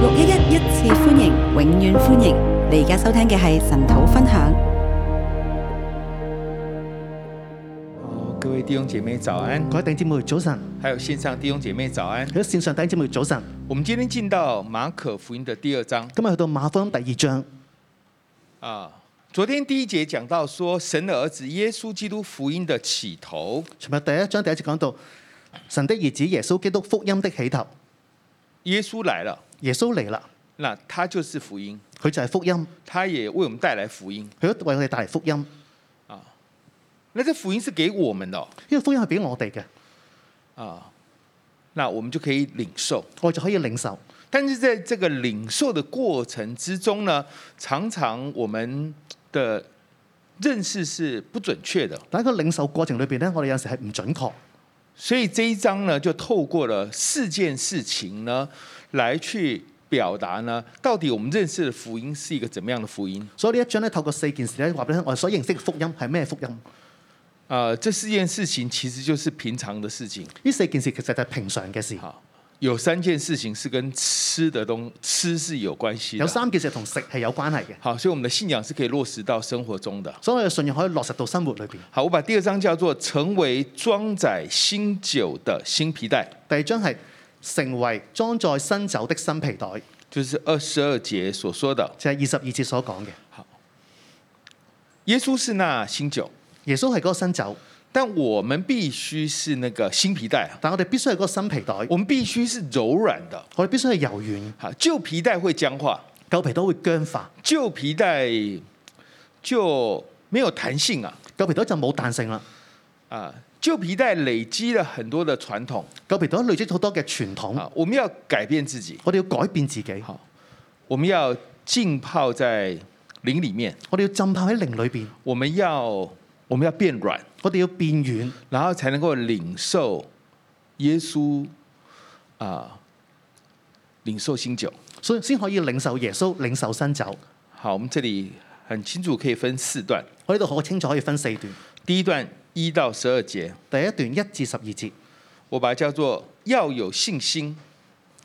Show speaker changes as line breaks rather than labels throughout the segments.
六一一一次歡迎，永遠歡迎！你而家收聽嘅係神土分享。
好，哦各位弟兄姐妹早安，
各位弟兄姊妹早晨，
还有線上弟兄姐妹早安。
喺線上弟兄姊妹早晨。
我們今天進到馬可福音的第二章
今日去到馬可福音第二章，
啊，昨天第一節講到說神的兒子耶穌基督福音的起頭，
尋日第一章第一節講到神的兒子耶穌基督福音的起頭，
耶穌來了，
耶穌嚟啦，
那他就是福音，
佢就係福音，
他也為我們帶來福音。
佢都為我哋帶嚟福音。呢、
那這福音是給我們的哦
個福音係俾我哋嘅，
啊，那我們就可以領受。
我就可以領受。
但是在這個領受的過程之中呢，常常我們的認識是不準確的。
但喺個領受過程裏邊呢，我哋有時係唔準確，
所以這一章呢，就透過了四件事情呢，來去表達呢，到底我們認識的福音是一個怎麼樣的福音？
所以呢一章呢，透過四件事呢，話俾你聽，我哋所認識嘅福音係咩福音？
呃，這四件事情其實就是平常的事情。
呢四件事其實就係平常嘅事，
好，有三件事情是跟吃的東吃是有關係
有
的。
三件事同食係有關係嘅，
好，所以我們的信仰是可以落實到生活中的。
所以我哋信仰可以落實到生活裏邊。
好，我把第二章叫做“成為裝載新酒的新皮帶
第二章係成為裝載新酒的新皮袋。”，
就是二十二節所說的。
就係二十二節所講嘅。
耶穌是那新酒，
耶穌係嗰個新酒，
但我們必須是那個新皮帶啊。
但我哋必須係嗰個新皮袋，
我們必須是柔軟的，
我哋必須係柔軟，
好，舊皮帶會僵化，
舊皮袋會僵化，
舊皮帶就沒有彈性啊
舊皮袋就冇彈性啦。
啊！舊皮帶累積了很多的傳統
舊皮袋累積好多嘅傳統，
啊，我們要改變自己，
我哋要改變自己，
好，我們要浸泡在靈裡面，
我哋要浸泡喺靈裏邊，
我們要我們要變軟，
我哋要變軟，
然後才能夠領受耶穌啊，領受新酒。
所以先可以領受耶穌、領受新酒。
好，我們這裡很清楚可以分四段，
我呢度好清楚可以分四段，
第一段一到十二節。
第一段一至十二節，
我把它叫做要有信心，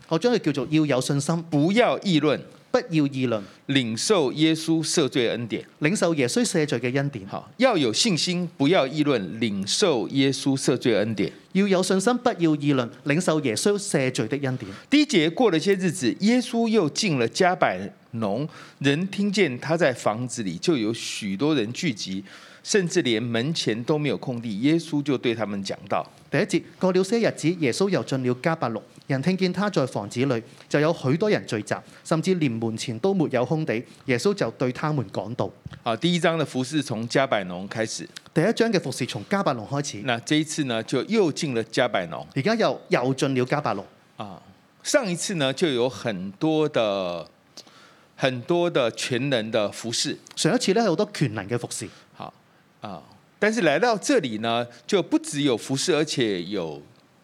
我將佢叫做要有信心，
不要議論，
不要議論，
領受耶穌赦罪恩典。
領受耶穌赦罪嘅恩典。
好，要有信心，不要議論，領受耶穌赦罪恩典。
要有信心，不要議論，領受耶穌赦罪的恩典。
第一節過了些日子，耶穌又進了加百農，人聽見他在房子裡，就有許多人聚集，甚至連門前都沒有空地。耶穌就對他們講道。
第一節過了些日子，耶穌又進了加百農，人聽見他在房子裏，就有許多人聚集，甚至連門前都沒有空地。耶穌就對他們講道。
好，第一章的服事從加百農開始，
第一章嘅服侍從加百農開始，
那這一次呢，就又進了加百農。
而家又又進了加百農。
啊，上一次呢就有很多的很多的全能的服侍，
上一次咧有好多權能嘅服侍，
好啊，但是来到这里呢，就不只有服侍，而且有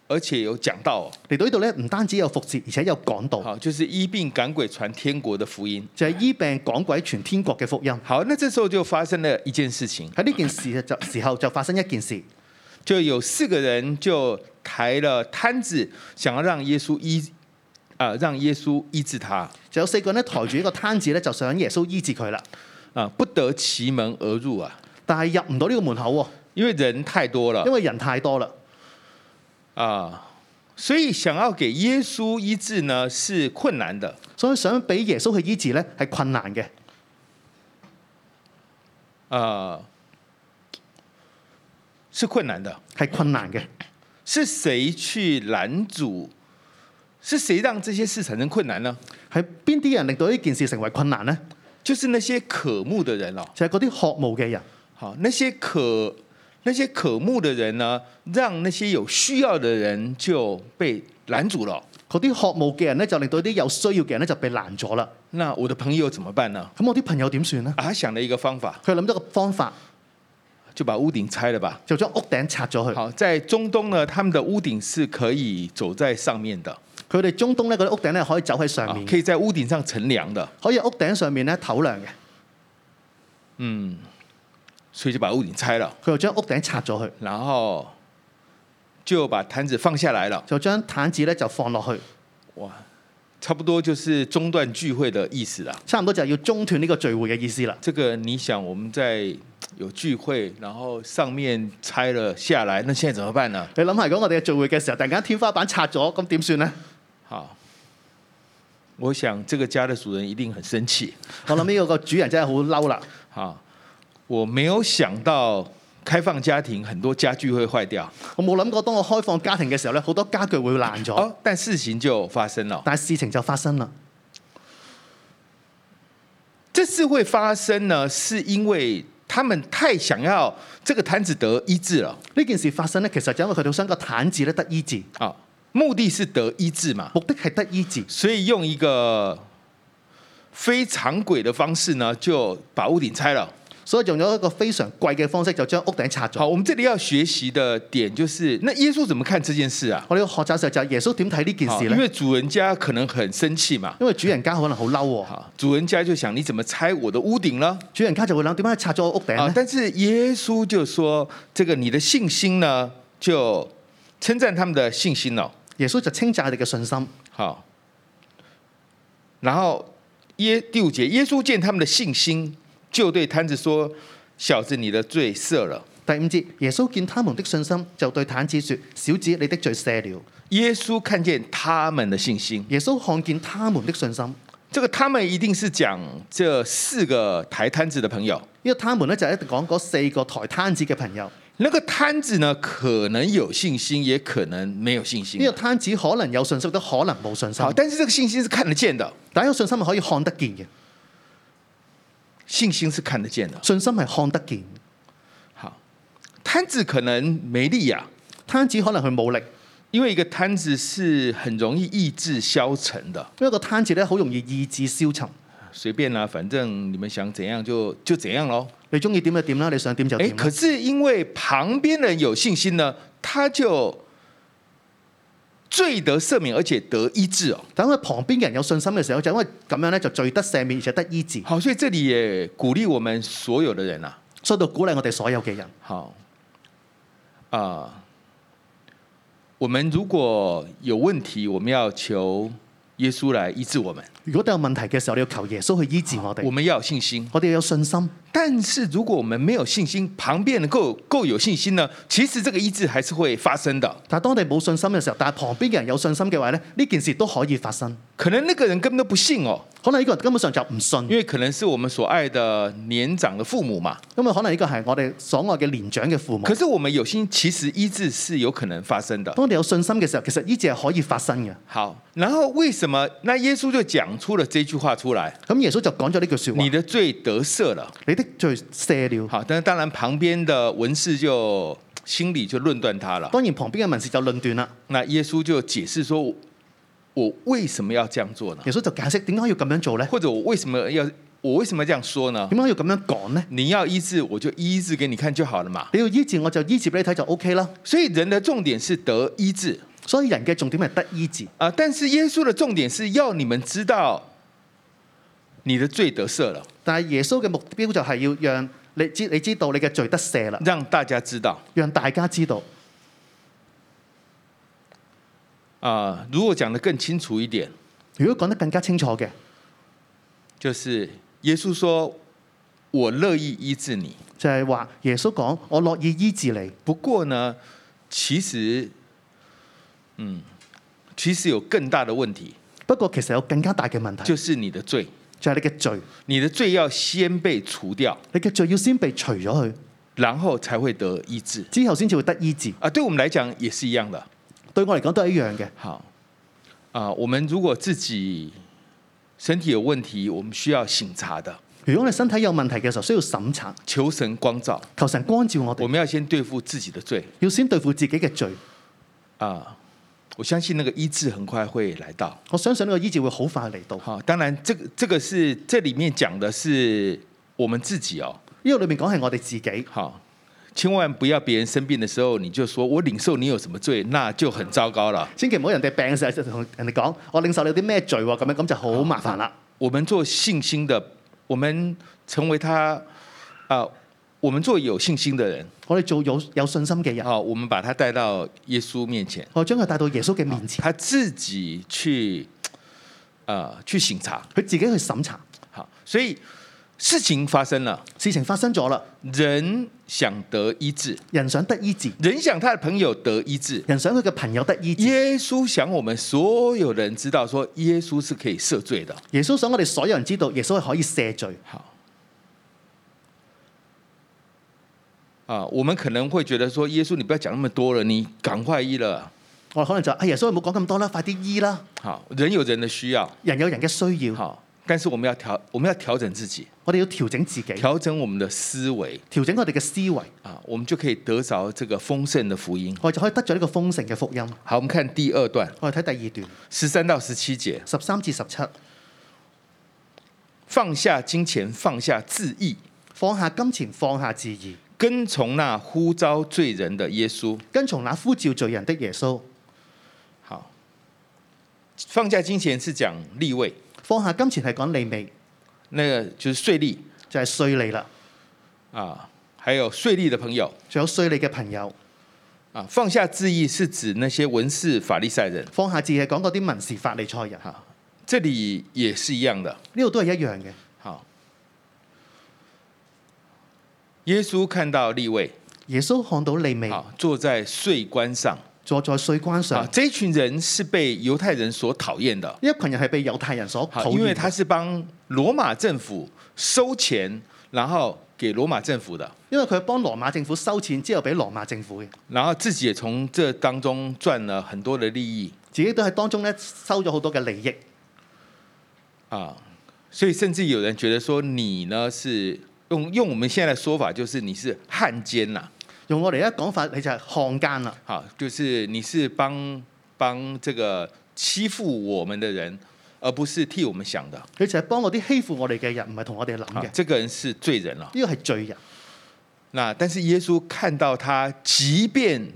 而且有讲道哦，
嚟到呢度咧唔單止有服侍，而且有講道，
好，就是醫病趕鬼傳天國的福音。
就係、醫病趕鬼傳天國嘅福音。
好，那這時候就發生了一件事情，
喺呢件事就時候就發生一件事，
就有四個人就抬了攤子，想要讓耶穌醫啊、让耶穌醫治他
就有四個人咧抬住一個攤子咧，就想耶穌醫治佢啦，
啊，不得其門而入啊，
但係入唔到呢個門口喎，
因為人太多了
因。為人太多啦。
啊，所以想要给耶穌醫治呢是困難的。
所以想俾耶穌去醫治咧係困難嘅。
啊，是困難的。
係困難嘅，
是誰去攔阻？是誰讓這些事產生困難呢？
係邊啲人令到呢件事成為困難呢？
就是那些渴慕的人哦。
就係嗰啲渴慕嘅人，
好，那些渴那些渴慕的人呢，讓那些有需要的人就被攔阻了哦。
嗰啲渴慕嘅人咧就令到啲有需要嘅人咧就被攔咗啦。
那我的朋友怎麼辦呢？
咁我啲朋友點算呢？
啊，他想了一個方法，
佢諗咗個方法，
就把屋頂拆了吧。
就將屋頂拆咗佢。
好，在中東呢，他們的屋頂是可以走在上面的，
佢哋中東咧嗰啲屋頂咧可以走喺上
啊
面，
可以在屋頂上乘涼的，
可以喺屋頂上面咧唞涼嘅。
所以就把屋頂拆了，
佢就將屋頂拆咗佢，
然後就把攤子放下來了。
就將毯子咧就放落去。
哇，差不多就是中断聚会的意思啦。
差唔多就係要中斷呢個聚會嘅意思啦。
这个你想，我们在有聚会，然后上面拆了下来，那现在怎么办呢？
你諗下，如果我哋嘅聚會嘅時候，突然間天花板拆咗，咁點算呢？
好，我想这个家的主人一定很生气。
我諗呢個個主人真係好嬲啦。
好，我没有想到开放家庭很多家具会坏掉，
我冇諗過，當我開放家庭嘅時候咧，好多家具會爛咗，
哦，但事情就发生了，
但係事情就發生啦。
这次会发生呢，是因为他们太想要这个摊子得医治了
呢件事發生咧，其實就因為佢哋好想個毯子咧得醫治，
啊，目的是得医治嘛，
目的係得醫治，
所以用一个非常轨的方式呢，就把屋顶拆了。
所以用咗一個非常貴嘅方式就將屋頂拆咗
好，。我们这里要学习的点就是，那耶稣怎么看这件事啊？
我哋要學習嘅時候就係耶穌點睇呢件
好
事
哦因
咧？
为主人家可能很生气嘛，
因為主人家可能好嬲喎，
好，主人家就想你怎么拆我的屋顶呢？
主人家就會諗點解你拆咗我屋頂
啊
咧，？
但是耶稣就说，这个你的信心呢，就称赞他们的信心了、
耶穌就稱讚你嘅信心。
好，然后耶第五节，耶稣见他们的信心，就对摊子说：“小子，你的罪赦了。
第五節，耶穌見他們的信心，就對毯子說：小子，你的罪赦了。”
耶稣看见他们的信心，
耶穌看見他們的信心，呢、
这个他们一定是讲这四个抬摊子的朋友。
個他們咧就係一定講嗰四個抬攤子嘅朋友。
那个摊子呢，可能有信心，也可能没有信心
呢、。個攤子可能有信心，都可能冇信心
好，。但是这个信心是看得见的，
但有信心係可以看得見嘅，
信心是看得见的。
信心係看得見。
好，摊子可能没力呀、
攤子可能佢冇力，
因为一个摊子是很容易意志消沉的。
因為個攤子咧好容易意志消沉。
随便啦、反正你们想怎样就就怎样喽。
你中意點就點啦，你想點就
哎，
點啦
可。是因为旁边人有信心呢，他就罪得赦免，而且得医治哦。
等佢旁邊嘅人有信心嘅時候，就因為咁樣咧就罪得赦免，而且得醫治，
好，所以这里也鼓励我们所有的人啊，
所以到鼓勵我哋所有嘅人。
好啊、我们如果有问题，我们要求耶稣来医治我们，
如果都有問題嘅時候，你要求耶穌去醫治我
我
哋，
们要有信心。
我哋要有信心。
但是如果我们没有信心，旁边人够够有信心呢，其实这个医治还是会发生的。
但係當你冇信心嘅時候，但係旁邊嘅人有信心嘅話咧，呢件事都可以發生。
可能那个人根本都不信哦，
可能呢個人根本上就唔信，
因为可能是我们所爱的年长的父母嘛。
因為可能呢個係我哋所愛嘅年長嘅父母
可。是我们有心，其实医治是有可能发生的。
當你有信心嘅時候，其實呢治係可以發生嘅。
好，然后为什么那耶稣就讲出了这句话出来？
咁耶穌就講咗呢句説話：
你的罪得赦了。
你的罪赦了。
好，但是当然旁边的文士就心里就论断他了。
當然旁邊嘅文士就論斷啦。
那耶稣就解释说，我我为什么要这样做呢？
耶穌就解釋點解要咁樣做呢？
或者我为什么要我为什么这样说呢？
點解要咁樣講呢？
你要医治，我就医治给你看就好了嘛。
你要醫治我就醫治俾你睇就 O K 啦。
所以人的重点是得医治
所以人嘅重點係得醫治，
啊、但是耶穌的重点是要你们知道你的罪得赦了，
但係耶穌嘅目標就係要讓你知你知道你嘅罪得赦啦，
让大家知道
讓大家知道。
啊、如果讲得更清楚一点，
如果講得更加清楚嘅，
就是耶稣说：“我乐意医治你。”
就係話耶穌講：我樂意醫治你。
不过呢，其实，嗯，其实有更大的问題，
不過其實有更加大嘅問題，
就是你的罪，
就係你嘅罪，
你的罪要先被除掉，
你嘅罪要先被除咗佢，
然後才會得醫治。
之後先至會得醫治。
啊，對我們來講也是一樣的。
對我嚟講都係一樣嘅。
好，啊，我們如果自己身體有問題，我們需要省察的，
如果我哋身體有問題嘅時候，需要審查，
求神光照。
求神光照我
我
哋，
們要先對付自己的罪
要先對付自己嘅罪。
啊。我相信那個醫治很快會來到。
我相信呢個醫治會好快嚟到。呢、
好，當然這個這個是這裡面講的是我們自己哦。
個裏面講係我哋自己，
好，千萬不要別人生病的時候你就說我領受你有什麼罪，那就很糟糕了。
千祈唔好人哋病嘅時候就同人哋講我領受你有啲咩罪喎，咁樣咁就好麻煩啦。
我們做信心的，我們成為他啊、我們做有信心的人，
我哋做有有信心嘅人，
好，我們把他帶到耶穌面前，
我將佢帶到耶穌嘅面前，
他自己去呃去醒察。
佢自己去審查。
好，所以事情发生了，
事情發生咗啦，
人想得医治，
人想得醫治，
人想他的朋友得医治。
人想佢嘅朋友得醫治。
耶稣想我们所有人知道，说耶稣是可以赦罪的。
耶穌想我哋所有人知道，耶穌係可以赦罪。
好，啊，我们可能会觉得说，耶稣你不要讲那么多了，你赶快医了。
我哋可能就話：哎，耶穌你唔好講咁多啦，快啲醫啦。
好，人有人的需要，
人有人嘅需要，
好，但是我们要调，我们要调整自己，
我哋要調整自己，
调整我们的思维
調整我哋嘅思維，
啊，我们就可以得着这个丰盛的福音。
我哋就可以得咗呢個豐盛嘅福音。
好，我们看第二段
我哋睇第二段
十三到十七节，
十三至十七，
放下金钱，放下自意，
放下金錢，放下自義，
跟从那呼召罪人的耶稣。
跟從那呼召罪人的耶穌。
好，放下金钱是讲立位，
放下金錢係講利味，
那个就是税利
就係、税利啦。
啊，还有税利的朋友
仲有税利嘅朋友，
啊。放下自意是指那些文士法利赛人，
放下自義係講嗰啲民事法利賽人，
好，这里也是一样的。
呢度都係一樣嘅。
好，耶稣看到立位，
耶穌看到利味
好坐在税关上
坐在税關上
啊，，这一群人是被猶太人所讨厌的，
呢一群人係被猶太人所
好，
討
啊因為
厭
他
嘅，
是帮罗马政府收钱，然后给羅馬政府的，
因為佢幫羅馬政府收錢之後，俾羅馬政府嘅，
然後自己也從這當中賺了很多的利益
自己都喺當中咧收咗好多嘅利益。
啊，所以甚至有人覺得說你呢是用用我們現在的說法，就是你是漢奸呐、
用我哋而家講法，你就係漢奸啦，
好，就是你是幫幫這個欺負我們的人，而不是替我們想的。
佢就係幫嗰啲欺負我哋嘅人，唔係同我哋諗
啊
嘅。
这個人是罪人了、
呢個係罪人。
那但是耶穌看到他，即便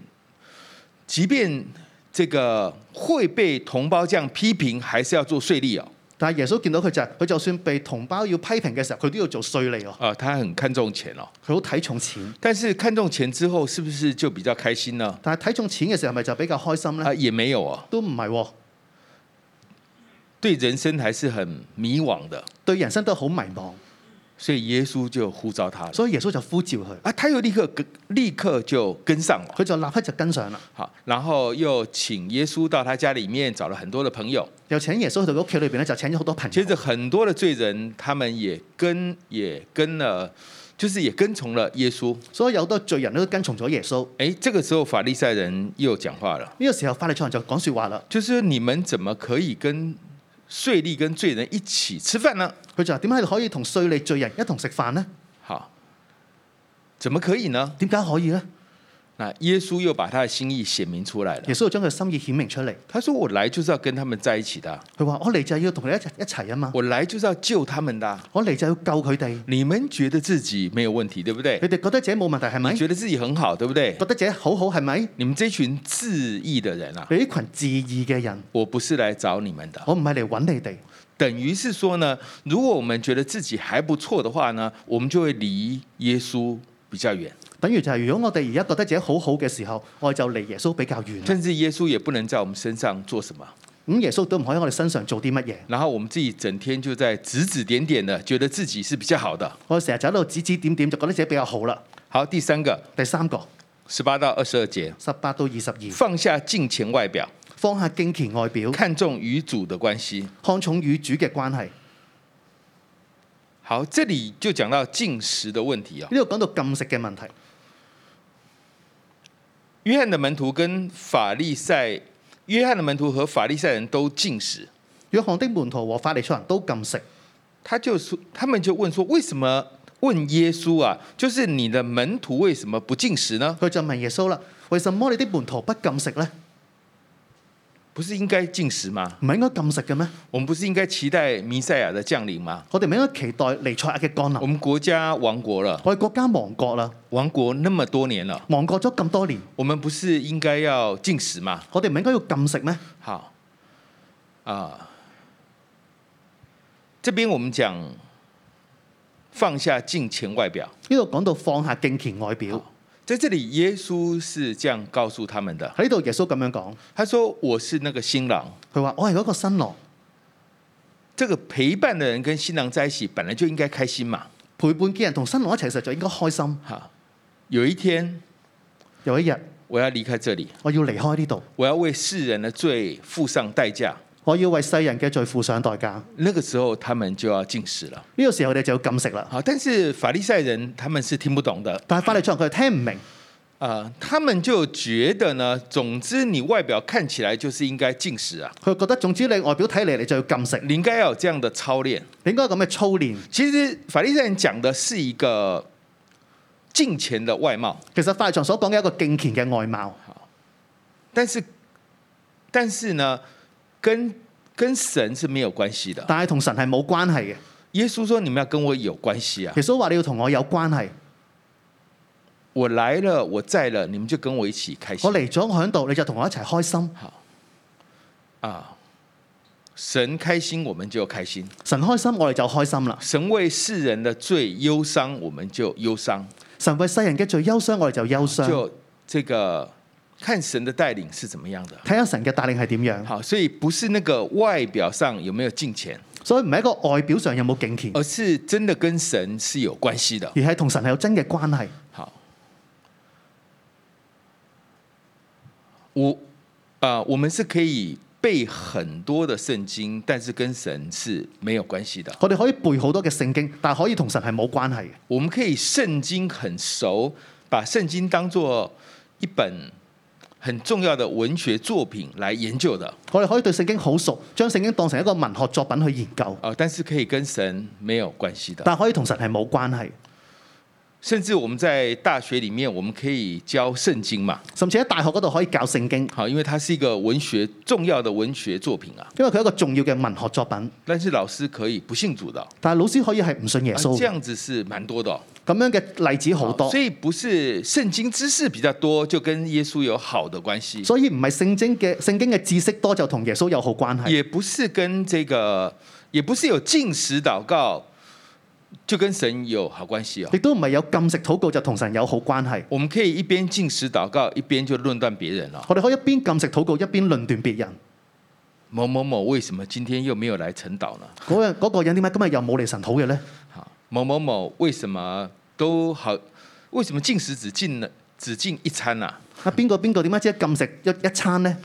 即便这个会被同胞这样批評，還是要做税吏哦。
但係耶穌見到佢就係、佢就算被同胞要批評嘅時候，佢都要做税利喎。
啊、他很看重錢哦。
佢好睇重錢，
但是看重錢之後，是不是就比較開心呢？
但係睇重錢嘅時候，係咪就比較開心
啊、
呢？
也沒有哦，
都唔係喎，
對人生還是很迷惘的。
對人生都好迷茫，
所以耶穌就呼召他了
所以耶穌就呼召佢，
啊，他又立刻跟立刻就跟上了。
佢就立刻就跟上啦，
好，然後又請耶穌到他家裡面找了很多的朋友，
又請耶穌去到佢屋企裏邊咧，就請咗好多朋
接着
友。
很多的罪人，他們也跟也跟了，就是也跟從了耶穌。
所以有好多罪人都跟從咗耶穌。
哎，這個時候法利賽人又講話了，
呢、個時候法利賽人就講説話啦，
就是你們怎麼可以跟税吏跟罪人一起吃飯呢？
佢就話：點解你可以同稅吏罪人一同食飯呢？
好，怎麼可以呢？
點解可以呢？
那耶穌又把他的心意顯明出來了
耶。穌就將佢心意顯明出嚟，
他說：“我來就是要跟他們在一起的啊，
佢話：我嚟就係要同你一齊一齊啊嘛，
我來就是要救他們的啊。
我嚟就要救佢哋。
你們覺得自己沒有問題，對不對
佢？哋覺得自己冇問題係咪？
你覺得自己很好，對不對
覺？得自己好好係咪？
你們這群自義的人啊，
你呢群自義嘅人，
我不是來找你們的。”
我唔係嚟揾你哋。
等于是说呢，如果我们觉得自己还不错的话呢，我们就会离耶稣比较远，
等於就係如果我哋而家覺得自己好好嘅時候，我哋就離耶穌比較遠啦。
甚至耶稣也不能在我们身上做什么。
咁耶穌都唔可以喺我哋身上做啲乜嘢。
然后我们自己整天就在指指点点的，觉得自己是比较好的。
我哋成日就喺度指指點點，就覺得自己比較好啦。
好，第三个，
第三個，
十八到二十二节，
十八到二十二，
放下敬前外表，
放下敬虔外表，
看重与主的关系。
看重與主嘅關係。
好，这里就讲到进食的问题哦。
呢度講到禁食嘅問題。
约翰的门徒跟法利赛，约翰的门徒和法利赛人都进食，
約翰的門徒和法利賽人都禁食，
他就说，他们就问说，为什么问耶稣啊？就是你的门徒为什么不进食呢？
佢就問耶穌啦：為什麼你的門徒不禁食呢？
不是应该进食吗？
唔係應該禁食嘅咩？
我们不是应該期待弥赛亚的降临吗？
我哋唔應該期待尼賽亞嘅降
我
臨。
們國家亡國了，
我哋國家亡國啦，
亡國那麼多年了，
亡國咗咁多年，
我們不是應該要进食吗？
我哋唔應該要禁食咩？
好，啊，这边我们講放下敬前外表，
呢度講到放下敬虔外表，
在这里耶穌是這樣告訴他們的，
喺呢度耶穌咁樣講，
他說：“我是那個新郎，
佢話：我係嗰個新郎，
这个陪伴的人跟新郎在一起，本来就应该开心嘛。
陪伴嘅人同新郎一齊實就應該開心。
哈，有一天
有一日
我要离开这里，
我要離開呢度，
我要为世人的罪付上代价。
我要為世人嘅罪付上代價。呢、
那个时候他们就要进食了。
個時候我哋就要禁食啦。
好，但是法利赛人他们是听不懂的
但係法利賽人佢哋聽唔明，
啊、呃他们就觉得呢，总之你外表看起来就是应该进食啊，
佢覺得總之你外表睇嚟你就要禁食，
你应该要有这样的操练。
你應該有咁嘅操練。
其实法利赛人讲的是一个敬虔的外貌，
其實法利賽人所講嘅一個敬虔嘅外貌，
但是但是呢，跟跟神是没有关系的。
但係同神係冇關係嘅。
耶穌说：“你们要跟我有关系啊！
耶穌話你要同我有關係，
我来了，我在了，你们就跟我一起开心
我嚟咗我喺度，你就同我一齊開心。
啊！神开心，我們就开心；
神開心我哋就開心啦。
神為世人的罪憂傷，我們就憂傷。
神為世人嘅罪憂傷，我哋就憂傷。
就这个看神的帶領是怎么样的。
睇下神嘅帶領係點樣。
好，所以不是那個外表上有沒有敬虔，
所以唔係一個外表上有冇敬虔，
而是真的跟神是有關係的。
而係同神係有真嘅關係。
好，我啊、我们是可以背很多的圣经，但是跟神是没有關係的。
我哋可以背好多嘅聖經，但係可以同神係冇關係嘅。
我们可以圣经很熟，把圣经当做一本很重要的文学作品来研究的
我哋可以對聖經好熟，將聖經當成一個文學作品去研究，
啊，但是可以跟神没有关系的。
但係可以同神係冇關係。
甚至我们在大学里面，我们可以教圣经嘛，
甚至喺大學嗰度可以教聖經，
好，因为它是一個文学重要的文学作品啊。
因為佢係一個重要嘅文學作品。
但是老师可以不信主的哦，
但係老師可以係唔信耶
啊
穌
这
嘅，
样子是蛮多的哦。
咁樣嘅例子好多
所。以不是圣经知识比较多，就跟耶稣有好的关系。
所以唔係聖經嘅聖經嘅知識多就同耶穌有好關係，
也不是跟这个，也不是有进食祷告就跟神有好关系哦
亦。都唔係有禁食禱告就同神有好關係。
我们可以一边进食祷告，一边就论断别人了。
我哋可以一邊禁食禱告，一邊論斷別人。
某某某为什么今天又没有来晨祷呢？
嗰樣嗰個人點解今日又冇嚟神討嘅呢？
好，某某某为什么都好？为什么进食只进了只进一餐呐、啊？
啊邊個邊個點解只係禁食一一餐呢？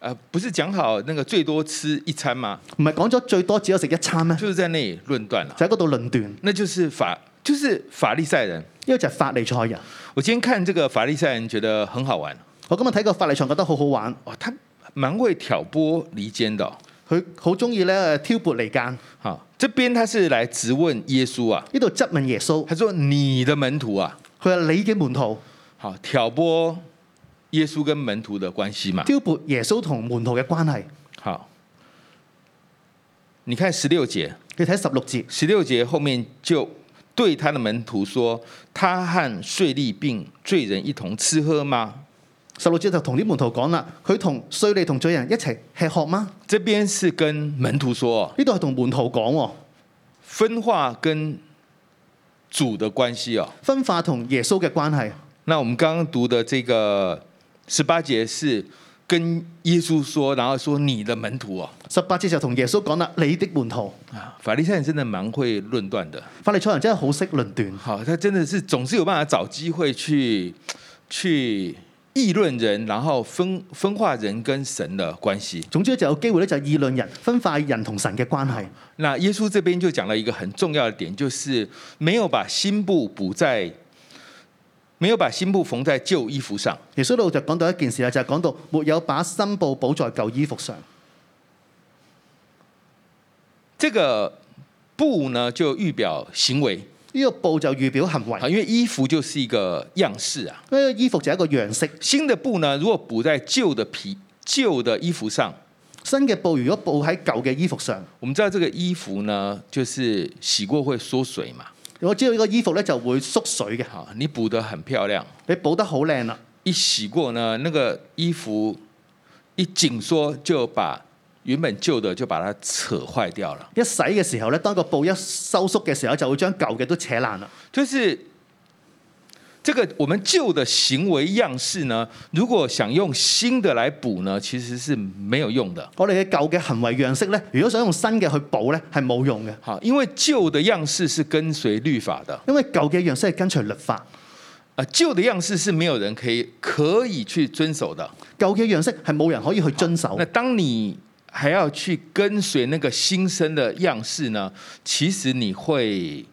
呃，不是讲好那个最多吃一餐吗？
唔係講咗最多只有食一餐咩？
就是在那里论断了，
就喺嗰度論斷，呢
那就是法，就是法利赛人。
個就係法利賽人。
我今天看这个法利赛人，觉得很好玩
我今日睇過法利賽人覺得好好玩，
哦，他蛮会挑拨离间的、哦。
佢好中意咧挑撥離間。
好，这边他是来质问耶稣啊，
呢度質問耶穌，
他说你的门徒啊，
佢話你嘅門徒
好挑拨耶稣跟门徒的关系嘛。
挑撥耶穌同門徒嘅關係。
好，你看十六节，
你睇十六節，
十六节后面就对他的门徒说，他和税吏并罪人一同吃喝吗？
十六節就同啲門徒講啦，佢同税吏同罪人一齊吃喝嗎？
这边是跟门徒说哦，
呢度係同門徒講喎，
分化跟主的关系哦。
分化同耶穌嘅關係。
那我们刚刚读的这个十八节是跟耶稣说，然后说你的门徒哦，
十八節就同耶穌講啦，你的門徒。
啊，法利赛人真的蛮会论断的，
法利賽人真係好識論斷，
好，他真的是总是有办法找机会去去议论人，然后分分化人跟神的关系。
總之就有機會咧就係議論人、分化人同神嘅關係。
那耶稣这边就讲了一个很重要的点，就是没有把新布补在，没有把新布缝在旧衣服上。
耶穌呢度就講到一件事啦，就係、講到沒有把新布補在舊衣服上。
这个布呢，就预表行为，
呢、個布就預表行為，
啊，
呢、
因为衣服就是一个样式啊。
個衣服就係一個樣式。
新的布呢，如果补在旧的皮、旧的衣服上，
新嘅布如果佈喺舊嘅衣服上，
我们知道这个衣服呢，就是洗过会缩水嘛。
我知道呢個衣服咧就會縮水嘅。
好，你补得很漂亮，
你補得好靚啦，
一洗过呢，那个衣服一紧缩，就把原本旧的就把它扯坏掉了。
一洗嘅時候咧，當個布一收縮嘅時候，就會將舊嘅都扯爛啦。
就是这个我们旧的行为样式呢，如果想用新的来补呢，其实是没有用的。
我哋嘅舊嘅行為樣式咧，如果想用新嘅去補咧，係冇用嘅，
好，因为旧的样式是跟随律法的，
因為舊嘅樣式係跟隨律法，
啊，旧的样式是没有人可以可以去遵守的。
舊嘅樣式係冇人可以去遵守
那。当你还要去跟随那个新生的样式呢，其实你会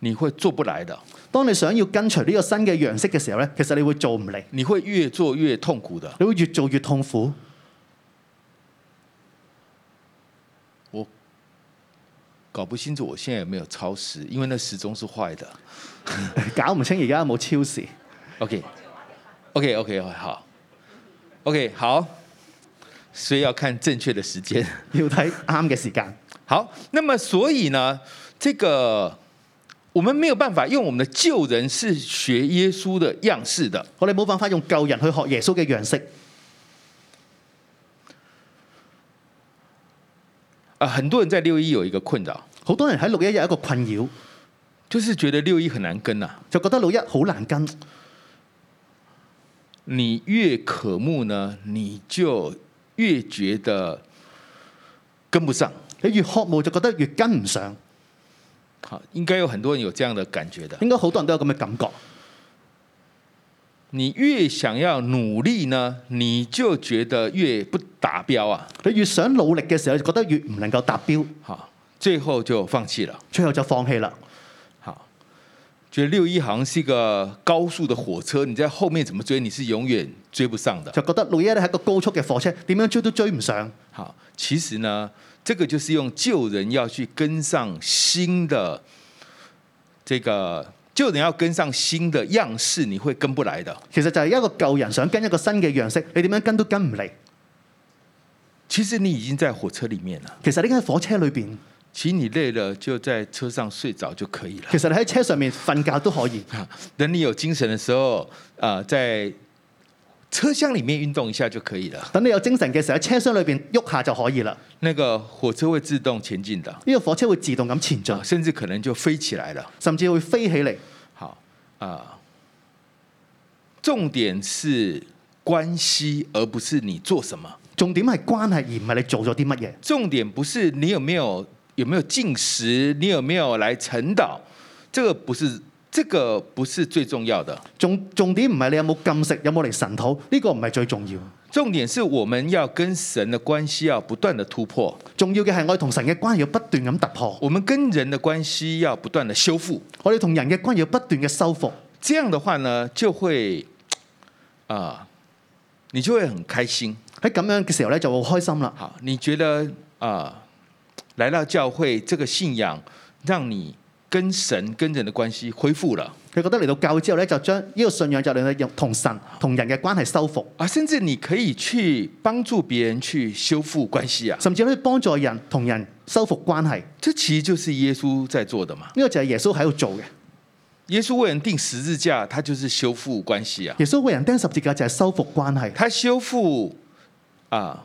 你会做不来的，
當你想要跟隨呢個新嘅樣式嘅時候咧，其實你會做唔嚟，
你会越做越痛苦的。
你會越做越痛苦。
我搞不清楚我现在有没有超时，因为那时钟是坏的。
搞唔清而家有冇超時？
OK OK OK 好 OK 好，所以要看正确的时间。
要睇啱嘅時間。
好，那么所以呢，这个我们没有办法用我们的旧人是学耶稣的样式的，
我哋冇辦法用舊人去學耶穌嘅樣式。
啊，很多人在六一有一个困擾，
好多人喺六一有一個困擾，
就是覺得六一很難跟啊。
就覺得六一好難跟。
你越渴慕呢，你就越覺得跟不上。
你越渴慕就覺得越跟唔上，
好，應該有很多人有這樣的感覺的。
應該好多人都有咁嘅感覺。
你越想要努力呢，你就覺得越不達標啊。
你越想努力嘅時候，就覺得越唔能夠達標，
好，最後就放棄了。
最後就放棄啦。
好，觉得六一好像是一个高速的火车，你在后面怎么追，你是永遠追不上的。
就覺得六一咧係一個高速嘅火車，點樣追都追唔上。
好，其實呢，这個就是用舊人要去跟上新的，这个舊人要跟上新的樣式，你會跟不來的。
其實就係一個舊人想跟一個新嘅樣式，你點樣跟都跟唔嚟。
其實你已經在火車裡面了，
其實你喺火車裏邊，
其實你累了就在車上睡着就可以了。
其實你喺車上面瞓覺都可以。
啊等你有精神的時候，啊，在車廂裡面運動一下就可以了。
等你有精神嘅時候喺車廂裏邊喐下就可以啦。
那個火車會自動前進的。
呢、個火車會自動咁前進
啊，，甚至可能就飛起來了。
甚至會飛起嚟。
好啊、重點是關係，而不是你做什麼。
重點係關係，而唔係你做咗啲乜嘢。
重點不是你有沒有有沒有进食，你有沒有來晨祷，这個不是这個不是最重要的。
重重點唔係你有冇禁食，有冇嚟神討，呢、個唔係最重要。
重點是我們要跟神的關係要不斷的突破，
重要嘅係我哋同神嘅關係要不斷咁突破，
我們跟人的關係要不斷的修復。
我哋同人嘅關係要不斷嘅修復。
這樣的話呢，就會啊、你就會很開心。
喺咁樣嘅時候咧，就好開心啦。
好，你觉得啊、来到教会这个信仰，让你跟神跟人的关系恢复了
佢覺得嚟到教會之後咧，就將呢個信仰就令到同神同人嘅關係修復，
啊，甚至你可以去帮助别人去修复关系啊，
甚至可以幫助人同人修復關係。呢、
这其实就是耶稣在做的嘛。
個就係耶穌喺度做嘅。
耶稣为人定十字架，他就是修复关系啊，
耶穌為人釘十字架就係修復關係，
他修复啊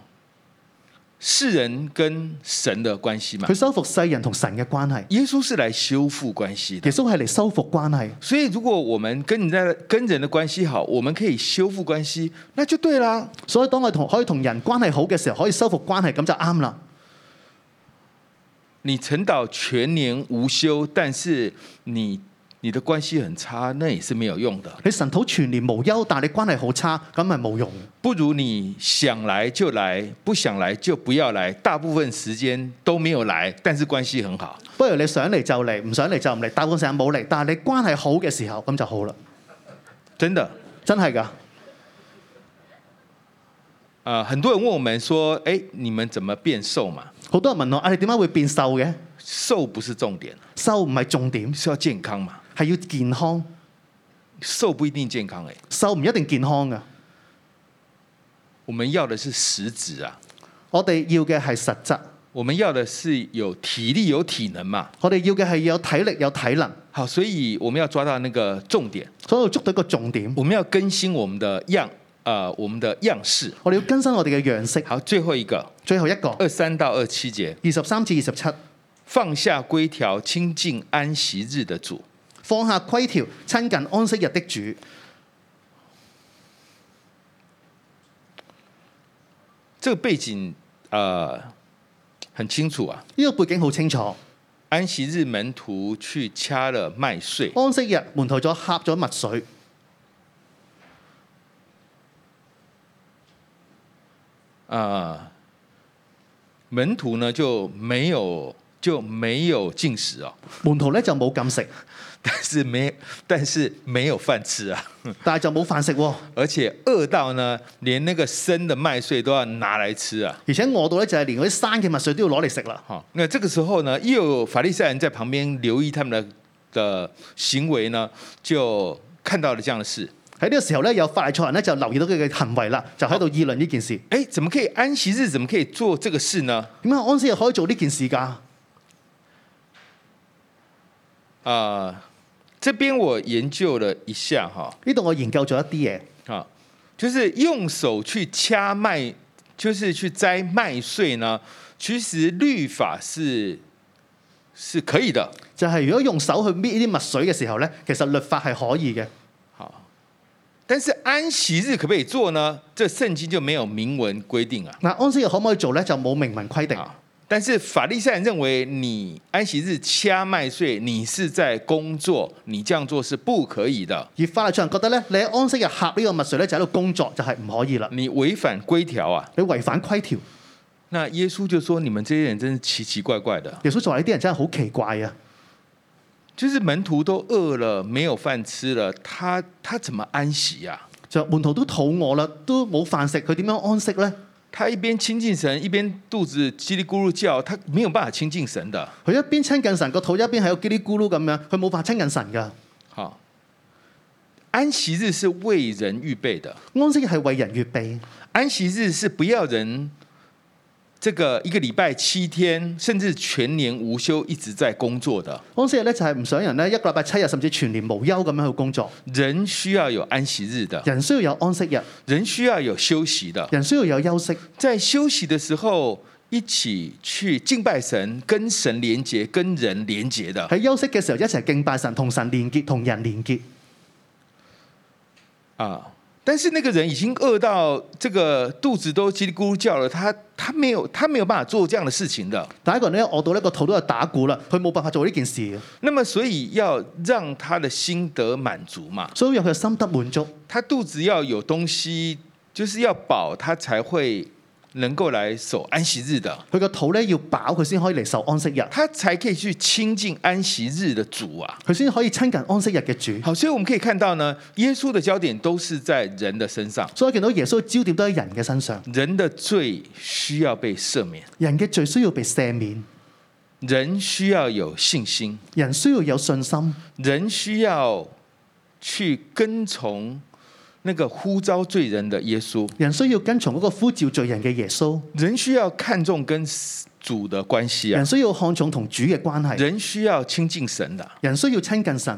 世人跟神的关系嘛
佢。修復世人同神嘅關係。
耶稣是来修复关系的
耶。穌係嚟修復關係。
所以，如果我们跟人家跟人的关系好，我们可以修复关系，那就对啦。
所以當我哋同可以同人關係好嘅時候，可以修復關係，咁就啱啦。
你晨祷全年无休，但是你你的关系很差，那也是沒有用的。
你神土全年無憂，但係你關係好差，咁咪冇用。
不如你想来就来，不想来就不要来。大部分时间都没有来，但是关系很好。
不如你想嚟就嚟，唔想嚟就唔嚟。大部分時間冇嚟，但係你關係好嘅時候，咁就好啦。
真的，
真係㗎。
呃，很多人問我们说，哎、你们怎么变瘦嘛？
好多人問我：，啊，你點解會變瘦嘅？
瘦不是重点，
瘦唔係重點，
是要健康嘛？
係要健康。
瘦不一定健康、哎，
瘦唔一定健康㗎。
我们要的是实质啊，
我哋要嘅係實質，
我们要的是有体力、有体能嘛。
我哋要嘅係有體力、有體能，
好，所以我们要抓到那个重点。
所以我捉到一個重點。
我们要更新我们的样，呃，我们的样式。
我哋要更新我哋嘅樣式。
好，最后一个
最後一個，
二三到二七節，
二十三至二十七，
放下规条，亲近安息日的主。
放下規條，親近安息日的主。
这个背景呃很清楚啊。
呢、個背景好清楚。
安息日门徒去掐了麦穗，
安息日門徒咗呷咗墨水，
啊，门徒呢就没有就没有进食哦，
門徒咧就冇禁食，
但是没但是没有饭吃啊，
但係就冇飯食喎。
而且饿到呢连那个生的麦穗都要拿来吃啊。
而且我度咧就係連嗰啲生嘅墨水都要攞嚟食啦。
好，那这个时候呢，又有法利赛人在旁边留意他们的的行为呢，就看到了这样的事。
喺呢個時候咧，有法利賽人咧就留意到佢嘅行為啦，就喺度議論呢件事。
哎，怎么可以安息日怎么可以做这个事呢？
點解安息日可以做呢件事㗎？
啊、这边我研究了一下哈，
呢度我研究咗一啲嘢，
啊，就是用手去掐麦，就是去摘麦穗呢。其实律法是是可以的，
就係、如果用手去搣呢啲墨水嘅時候咧，其實律法係可以嘅。
但是安息日可不可以做呢？这圣经就没有明文规定啊。
嗱，安息日可唔可以做咧？就冇明文規定。
啊，但是法利赛人认为你安息日掐麦穗，你是在工作，你这样做是不可以的，
而法律上覺得咧，你喺安息日合呢個墨水咧，就喺度工作，就係唔可以啦。
你违反规条啊。
你違反規條，
那耶稣就说：“你们这些人真是奇奇怪怪的，
耶穌就話：呢啲人真係好奇怪啊！
就是门徒都饿了，没有饭吃了，他他怎么安息啊呀、
就門徒都肚餓啦，都冇飯食，佢點樣安息咧？
他一边亲近神，一边肚子叽里咕噜叫，他没有办法亲近神的。
佢一邊親近神，個肚一邊喺度叽哩咕嚕咁樣，佢冇法親近神㗎。
好，安息日是为人预备的，
安息日係為人預備，
安息日是不要人这个一个礼拜七天，甚至全年无休一直在工作的。
安息日咧就係唔想人咧一個禮拜七日甚至全年無休咁樣去工作。
人需要有安息日的，
人需要有安息日，
人需要有休息的，
人需要有休息。
在休息的时候一起去敬拜神，跟神连结，跟人连结的。
喺休息嘅時候一齊敬拜神，同神連結，同人連結。
啊。但是那个人已经饿到这个肚子都叽里咕噜叫了，他他没有他没有办法做这样的事情的。
但係一個人咧餓到呢個肚都有打鼓啦，佢冇辦法做呢件事嘅，
那么所以要让他的心得满足嘛，
所以有佢嘅心得滿足。
他肚子要有东西，就是要饱，他才会能够来守安息日的，
佢個肚咧要飽，佢先可以嚟受安息日，
他才可以去亲近安息日的主啊。
佢先可以親近安息日嘅主。
好，所以我们可以看到呢，耶稣的焦点都是在人的身上，
所以我見到耶穌嘅焦點都喺人嘅身上，
人的罪需要被赦免，
人嘅罪需要被赦免，
人需要有信心。
人需要有信心，
人需要去跟从那个呼召罪人的耶稣，
人需要跟從嗰個呼召罪人嘅耶穌，
人需要看重跟主的关系啊
人，需要看重同主嘅關係，
人需要亲近神的。
人需要親近神。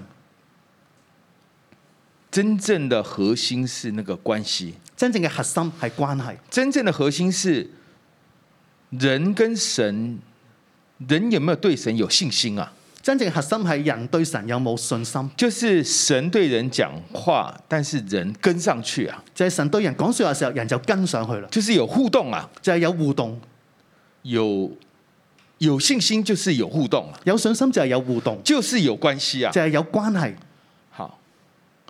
真正的核心是那个关系，
真正嘅核心係關係，
真正的核心是人跟神，人有没有对神有信心啊？
真正嘅核心係人對神有冇信心，
就是神对人讲话，但是人跟上去啊，
就係、神對人講説話嘅時候，人就跟上去啦，
就是有互动啊，
就係、有互動，
有有信心就是有互动啊，
有信心就係有互動，
就是有关系啊。
就係、有關係。
好，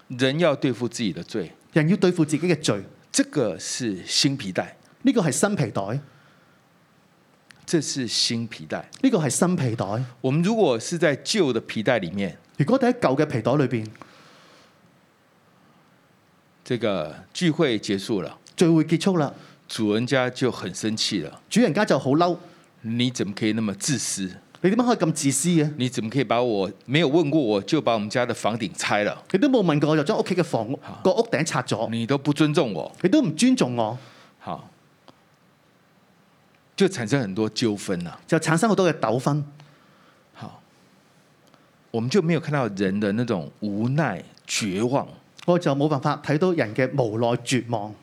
人要对付自己的罪，
人要對付自己嘅罪，
这个是新皮带，
呢個係新皮袋，呢
这是新皮带。
個係新皮袋。
我们如果是在旧的皮带里面，
如果你喺舊嘅皮袋裏邊，
这个聚会结束了，
聚會結束啦，
主人家就很生气了。
主人家就好嬲，
你怎么可以那么自私？
你點解可以咁自私嘅？
你怎么可以把我没有问过我就把我们家的房顶拆了？
你都冇問過我就將屋企嘅房屋個屋頂拆咗，
你都不尊重我，
你都唔尊重我，
好，就产生很多纠纷了、
就產生好多嘅糾紛。
好，我们就没有看到人的那种无奈、绝望。
我就冇辦法睇到人嘅無奈絕望。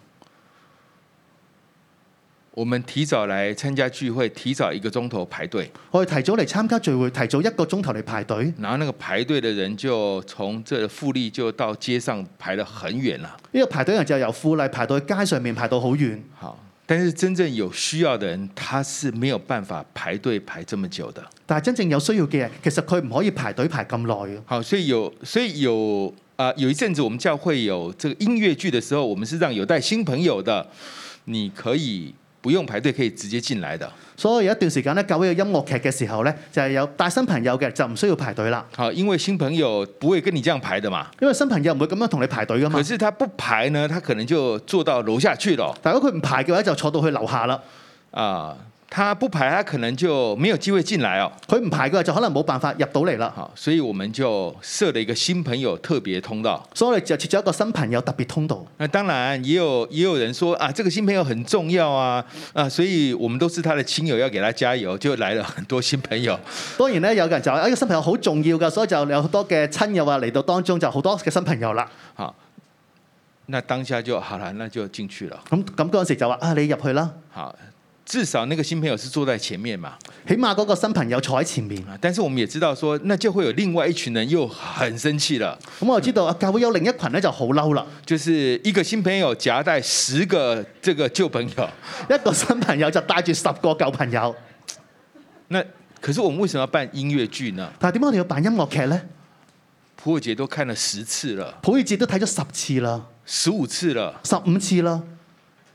我们提早来参加聚会，提早一个钟头排队，
我哋提早嚟參加聚會，提早一個鐘頭嚟排隊。
然后那个排队的人就从这富丽就到街上排了很远了。
呢、個排隊人就由富麗排到去街上面，排到好遠。
好，但是真正有需要的人，他是没有办法排队排这么久的。
但係真正有需要嘅人，其實佢唔可以排隊排咁耐嘅。
好，所以有，所以有啊、有一阵子我们教会有这个音乐剧的时候，我们是让有带新朋友的，你可以不用排队，可以直接进來的。
所以有一段時間咧，教會有音樂劇嘅時候咧，就係、有帶新朋友嘅就唔需要排隊啦，
好，因为新朋友不会跟你这样排的嘛。
因為新朋友唔會咁樣同你排隊噶嘛
可。是他不排呢，他可能就坐到楼下去了
但如果佢唔排嘅話，就坐到去樓下啦。
啊、他不排，他可能就没有机会进来哦。
佢唔排嘅話，就可能冇辦法入到嚟啦。
好，所以我们就设了一个新朋友特别通道。
所以我哋就設咗一個新朋友特別通道。
那当然也有也有人说啊，这个新朋友很重要啊啊，所以我们都是他的亲友，要给他加油，就来了很多新朋友。
當然咧，有人就話：，啊，呢個新朋友好重要㗎，所以就有好多嘅親友啊嚟到當中，就好多嘅新朋友啦。
好，啊那当下就好了，那就进去了。
咁咁嗰陣時就話：啊，你入去啦。
好，至少那个新朋友是坐在前面嘛。
起碼嗰個新朋友坐喺前面，
啊，但是我们也知道说，那就会有另外一群人又很生气了，
咁我就知道啊，教會有另一群咧就好嬲啦，
就是一个新朋友夹带十个这个旧朋友。
一個新朋友就帶住十個舊朋友。
那可是我们为什么要办音乐剧呢？
但係點解我哋要辦音樂劇呢？
普洱姐都看了十次了，
普爾節都睇咗十次啦，
十五次了，
十五次啦，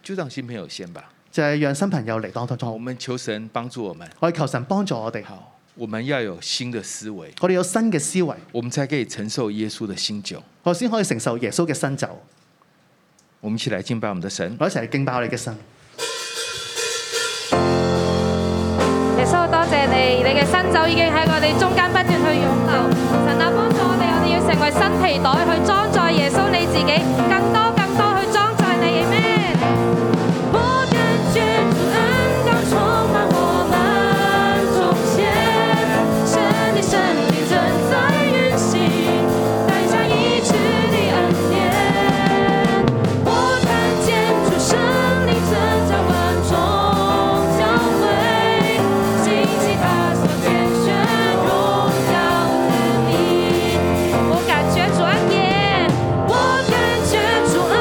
就让新朋友先吧。
就係、讓新朋友嚟當當
好，我
中。
们求神帮助我们。
我哋求神幫助我哋，
好，我们要有新的思维，
我哋有新嘅思維，
我们才可以承受耶稣的新酒。
我先可以承受耶穌嘅新酒。
我们一起来敬拜我们的神。
我一齊嚟敬拜我哋嘅神。
耶穌多謝你，你嘅新酒已經喺我哋中間不斷去湧流。神啊，幫助我哋，我哋要成為新皮袋去裝載耶穌你自己，更多更多去裝載你咩？我感覺主恩膏充滿我們中間，神的神靈正在運行，帶下醫治的恩典。我看见主神灵正在万众教会，兴起他所拣选荣耀的名。我感觉主恩典，我感觉主恩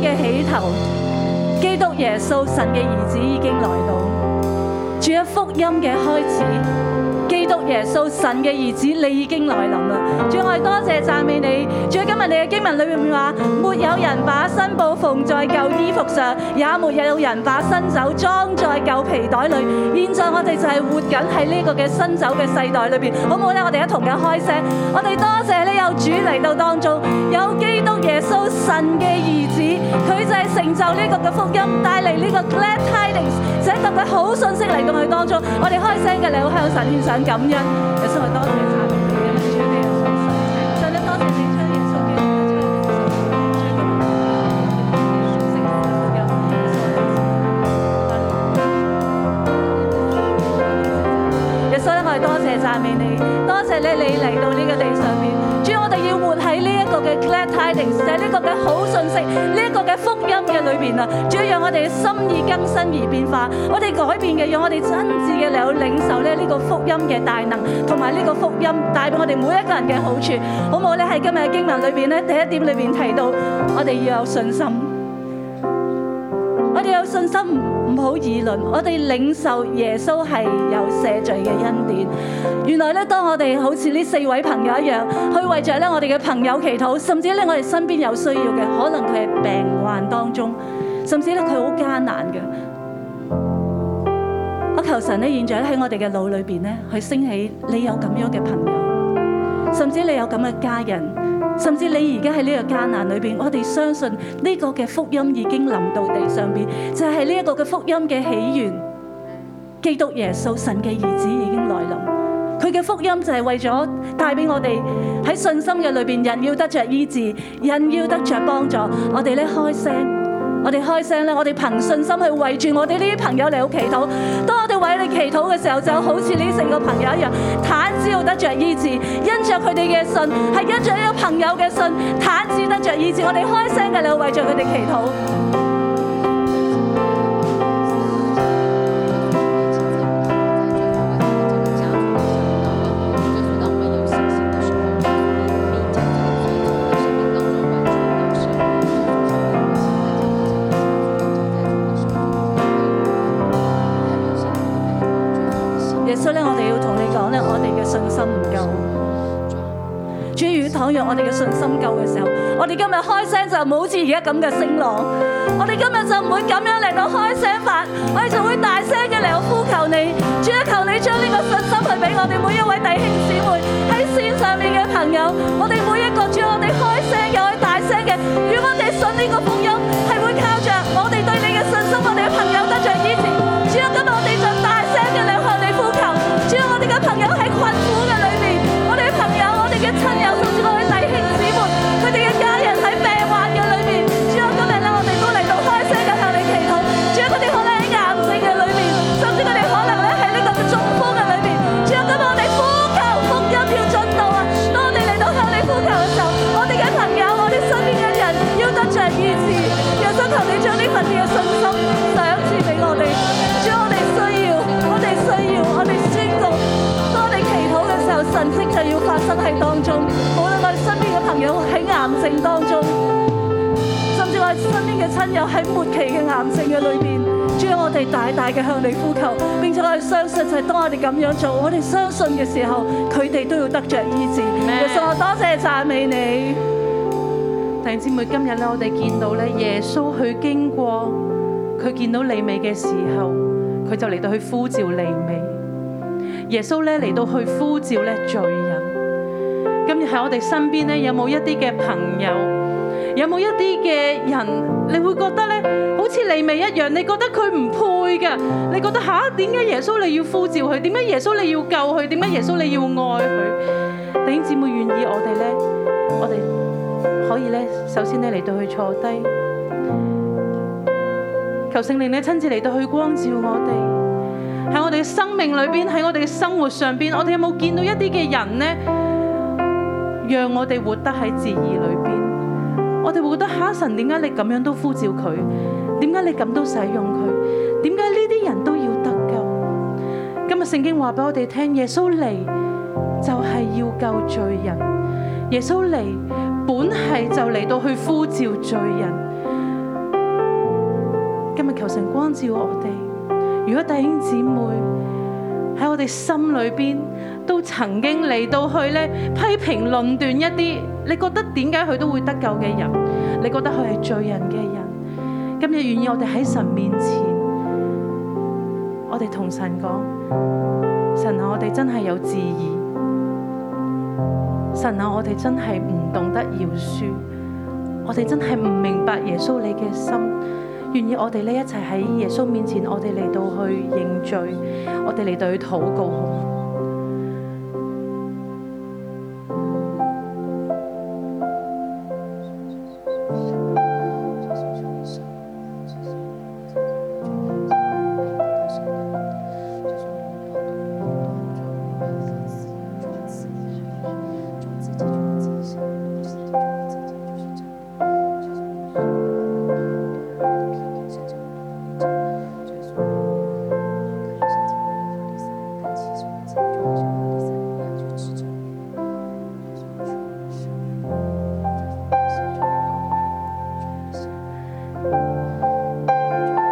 嘅起頭，基督耶穌神嘅兒子已經來到。主喺福音嘅開始，基督耶穌神嘅兒子你已經來臨啦。主我哋多謝讚美你。主今日你嘅經文裏面話，沒有人把新布縫在舊衣服上，也沒有人把新酒裝在舊皮袋裏。現在我哋就係活緊喺呢個嘅新酒嘅世代裏邊，好唔好咧？我哋一同嘅開聲，我哋多謝呢有主嚟到當中，有基督耶穌神嘅兒子，佢就係成就呢個嘅福音，帶嚟呢個 glad tidings，寫咁嘅好信息嚟到佢當中。我哋開聲嘅，你好向神獻上感恩，耶穌我多謝你讚美你，因為主你嘅信實，神你多謝你將耶穌基督嘅將你嘅信實，主今日 아. 耶穌咧，我哋多謝讚美你，多謝咧你嚟到呢個地上面。主，我哋要活喺呢一個嘅 glad tidings，就係呢個嘅好信息，呢、一個嘅福音嘅裏邊啊！主，讓我哋嘅心意更新而變化，我哋改變嘅，讓我哋真摯嘅嚟到領受咧呢個福音嘅大能，同埋呢個福音帶俾我哋每一個人嘅好處，好唔好咧？喺今日嘅經文裏邊咧，第一點裏邊提到，我哋要有信心。我哋有信心，唔好議論。我哋領受耶穌係有赦罪嘅恩典。原來咧，當我哋好似呢四位朋友一樣，去為着咧我哋嘅朋友祈禱，甚至咧我哋身邊有需要嘅，可能佢係病患當中，甚至咧佢好艱難嘅。我求神咧，現在喺我哋嘅腦裏邊咧，去升起你有咁樣嘅朋友，甚至你有咁嘅家人。甚至你而家喺呢個艱難裏邊，我哋相信呢個嘅福音已經臨到地上邊，就係呢一個嘅福音嘅起源。基督耶穌神嘅兒子已經來臨，佢嘅福音就係為咗帶俾我哋喺信心嘅裏邊，人要得着醫治，人要得着幫助，我哋咧開聲。我哋開聲咧，我哋憑信心去圍住我哋呢啲朋友嚟到祈禱。當我哋為你祈禱嘅時候，就好似呢四個朋友一樣，坦知道得着醫治，因着佢哋嘅信，係因着呢個朋友嘅信，坦知得着醫治。我哋開聲嘅，你為着佢哋祈禱。耶穌咧，我哋要同你講咧，我哋嘅信心唔夠。主如果倘若我哋嘅信心夠嘅時候，我哋今日開聲就唔好似而家咁嘅聲浪，我哋今日就唔會咁樣嚟到開聲法，我哋就會大聲嘅嚟到呼求你，主啊，求你將呢個信心去俾我哋每一位弟兄姊妹喺線上面嘅朋友，我哋每一個主，我哋開聲嘅，我哋大聲嘅，如果我哋信呢個福音，係會靠着我哋對你嘅信心，我哋嘅朋友得着醫治。主啊，今日我哋就大聲嘅嚟向你呼求，主啊，我哋嘅朋友喺困苦嘅裏面，我哋嘅朋友，我哋嘅親友，甚至我哋弟兄姊妹，佢哋嘅家人喺病患嘅裏面，主啊，今日咧我哋都嚟到開聲嘅向你祈禱，主啊，佢哋可能喺癌症嘅裏面，甚至佢哋可能咧喺呢個嘅中風嘅裏面，主啊，今日我哋呼求福音要進到啊！當我哋嚟到向你呼求嘅時候，我哋嘅朋友，我哋身邊嘅人要得着醫治，耶穌求你將呢份嘅信心賞賜俾我哋，主啊，我哋需要，我哋需要，我哋宣告，當我哋祈禱嘅時候，神蹟就要發生喺當中，無論我哋身邊嘅朋友喺癌症當中。甚至我哋身邊嘅親友喺末期嘅癌症嘅裏邊，主啊，我哋大大嘅向你呼求，並且我哋相信就係當我哋咁樣做，我哋相信嘅時候，佢哋都要得着醫治。耶穌，我多謝讚美你。
弟兄姊妹，今日咧，我哋見到咧，耶穌去經過，佢見到利未嘅時候，佢就嚟到去呼召利未。耶穌咧嚟到去呼召咧罪人。今日喺我哋身邊咧，有冇一啲嘅朋友，有冇一啲嘅人，你會覺得咧，好似利未一樣，你覺得佢唔配嘅，你覺得吓點解耶穌你要呼召佢？點解耶穌你要救佢？點解耶穌你要愛佢？弟兄姊妹願意我哋咧，我哋。可以咧，首先咧嚟到去坐低，求聖靈咧親自嚟到去光照我哋，喺我哋嘅生命裏邊，喺我哋嘅生活上邊，我哋有冇見到一啲嘅人呢？讓我哋活得喺自義裏邊，我哋會覺得哈神點解你咁樣都呼召佢？點解你咁都使用佢？點解呢啲人都要得救？今日聖經話俾我哋聽，耶穌嚟就係要救罪人。耶穌嚟本係就嚟到去呼召罪人，今日求神光照我哋。如果弟兄姊妹喺我哋心裏邊都曾經嚟到去咧批評論斷一啲，你覺得點解佢都會得救嘅人，你覺得佢係罪人嘅人，今日願意我哋喺神面前，我哋同神講：神啊，我哋真係有自義。神啊，我哋真係唔懂得饒恕，我哋真係唔明白耶穌你嘅心。願意我哋呢一齊喺耶穌面前，我哋嚟到去認罪，我哋嚟到去禱告，好嗎？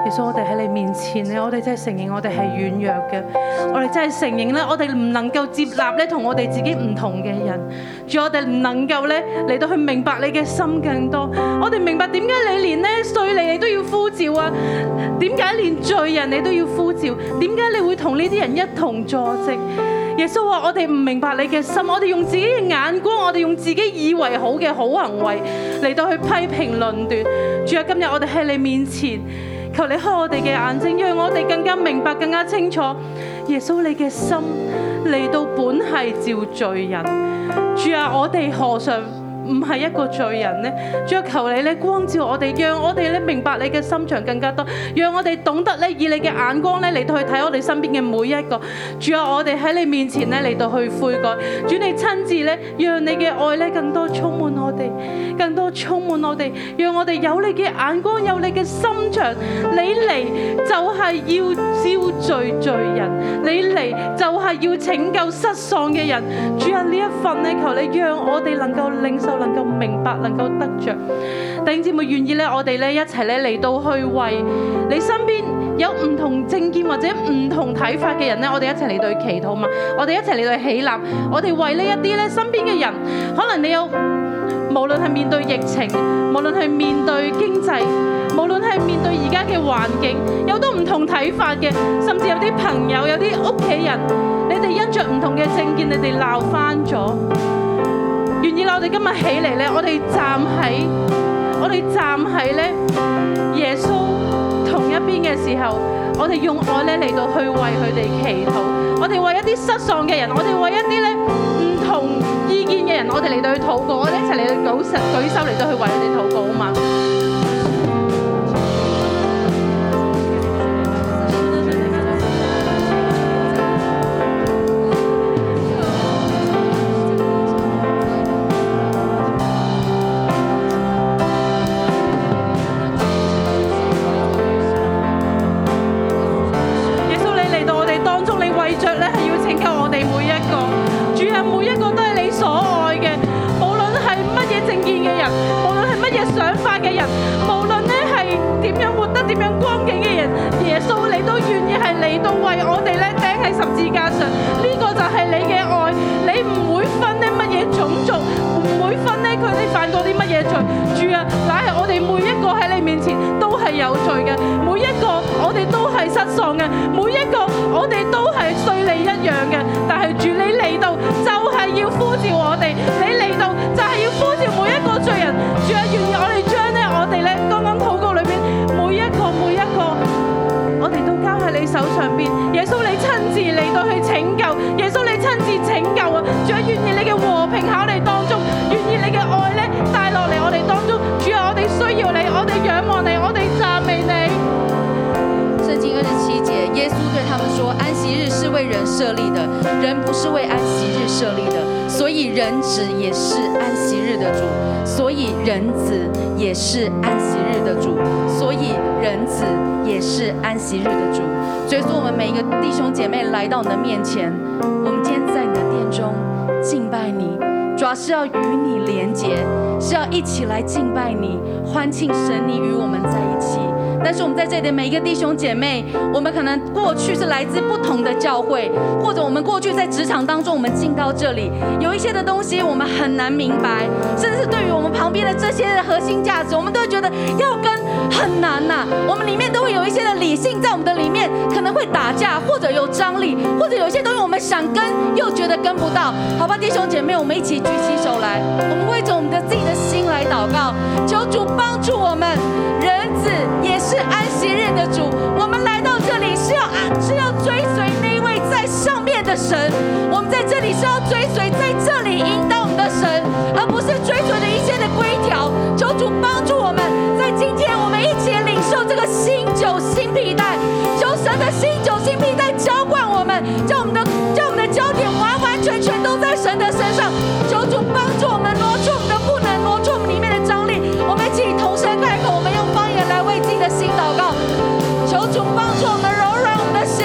耶穌，我哋喺你面前咧，我哋真係承認我哋係軟弱嘅，我哋真係承認咧，我哋唔能夠接納咧同我哋自己唔同嘅人，主，我哋唔能夠咧嚟到去明白你嘅心更多，我哋明白點解你連咧稅吏你都要呼召啊，點解連罪人你都要呼召，點解你會同呢啲人一同坐席？耶穌話：我哋唔明白你嘅心，我哋用自己嘅眼光，我哋用自己以為好嘅好行為嚟到去批評論斷。主啊，今日我哋喺你面前，求你開我哋嘅眼睛，讓我哋更加明白、更加清楚。耶穌你嘅心嚟到本係照罪人。主啊，我哋何嘗唔係一個罪人呢？主啊，求你咧光照我哋，讓我哋咧明白你嘅心腸更加多，讓我哋懂得咧以你嘅眼光咧嚟到去睇我哋身邊嘅每一個。主啊，我哋喺你面前咧嚟到去悔改，主你親自咧，讓你嘅愛咧更多充滿我哋，更多充滿我哋，讓我哋有你嘅眼光，有你嘅心腸。你嚟就係要招聚罪人，你嚟就係要拯救失喪嘅人。主啊，呢一份咧，求你讓我哋能夠領受，能夠明白，能夠得着。弟兄姊妹願意咧，我哋咧一齊咧嚟到去為你身邊有唔同政見或者唔同睇法嘅人咧，我哋一齊嚟到去祈禱嘛，我哋一齊嚟到去起立，我哋為呢一啲咧身邊嘅人，可能你有無論係面對疫情，無論係面對經濟，無論係面對而家嘅環境，有都唔同睇法嘅，甚至有啲朋友，有啲屋企人，你哋因着唔同嘅政見，你哋鬧翻咗。願意啦，我哋今日起嚟咧，我哋站喺，我哋站喺咧耶穌同一邊嘅時候，我哋用愛咧嚟到去為佢哋祈禱，我哋為一啲失喪嘅人，我哋為一啲咧唔同意見嘅人，我哋嚟到去禱告，我哋一齊嚟到舉手舉手嚟到去為佢哋禱告啊嘛。耶穌，你嚟到我哋當中，你為着咧係要拯救我哋每一個，主啊，每一個都係你所愛嘅，無論係乜嘢政見嘅人，無論係乜嘢想法嘅人，無論咧係點樣活得點樣光景嘅人，耶穌你都願意係嚟到為我哋咧釘喺十字架上，呢、個就係你嘅愛，你唔會分呢乜嘢種族，唔會分呢佢哋犯過啲乜嘢罪，主啊，乃係我哋每一個喺你面前都係有罪嘅，每一個我哋都係失喪嘅，每一個我哋都係對你一樣嘅。但係主你嚟到就係要呼召我哋，你嚟到就係要呼召每一個罪人。主啊，願意我哋將呢我哋咧剛剛禱告裏邊每一個每一個，我哋都交喺你手上邊。耶穌你親自嚟到去拯救，耶穌你親自拯救啊！主啊，願意你嘅和平喺我哋當中，願意你嘅愛咧帶落嚟我哋當中。主啊，我哋需要你，我哋仰望你，我哋讚美你。
圣经二十七节，耶稣对他们说：“安息日是为人设立的，人不是为安息日设立的，所以人子也是安息日的主，所以人子也是安息日的主，所以人子也是安息日的主。”所以说，我们每一个弟兄姐妹来到你的面前，我们今天在你的殿中敬拜你，主要是要与你连结，是要一起来敬拜你，欢庆神你与我们在一起。
但是我们在这里的每一个弟兄姐妹，我们可能过去是来自不同的教会，或者我们过去在职场当中，我们进到这里，有一些的东西我们很难明白，甚至是对于我们旁边的这些的核心价值，我们都会觉得要跟很难呐、我们里面都会有一些的理性在我们的里面，可能会打架，或者有张力，或者有一些东西我们想跟又觉得跟不到，好吧，弟兄姐妹，我们一起举起手来，我们为着我们的自己的心来祷告，求主帮助我们，人子也是安息日的主，我们来到这里是要安是要追随那一位在上面的神，我们在这里是要追随在这里引导我们的神，而不是追随着一些的规条，求主帮助我们，在今天我们一起领受这个新酒新皮带，求神的新酒新皮带浇灌我们，叫我们的叫我们的焦点完完全全都在神的身上，求主帮助我们挪出我们的不能，挪出我们里面的张力，我们一起同声开口，我们用方言来为自己的心祷告。求主帮助我们柔软我们的心。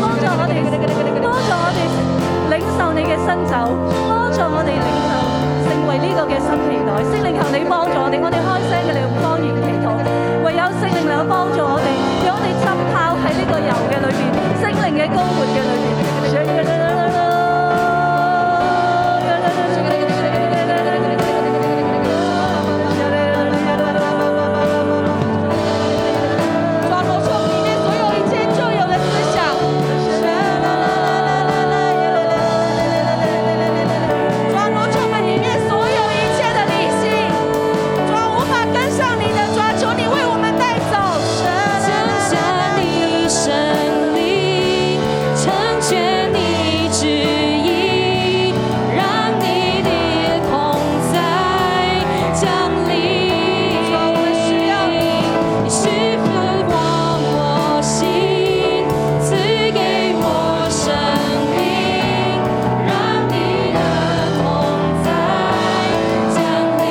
多助我哋領受你嘅新酒，多助我哋領受成為呢個嘅新皮袋。聖靈求你幫助我哋，我哋開聲嘅你用方言祈禱，唯有聖靈嚟幫助我哋，讓我哋浸泡喺呢個油嘅裏邊，聖靈嘅高活嘅裏邊。
抓住我们里面所有一切旧有的思想。抓住我们里面所有一切的理性，抓啊无法跟上你的抓，求你为我们带走。
降下你神力，成全你旨意，让你的同在降临。你渴望我心，赐给我生命，让你的同在降临。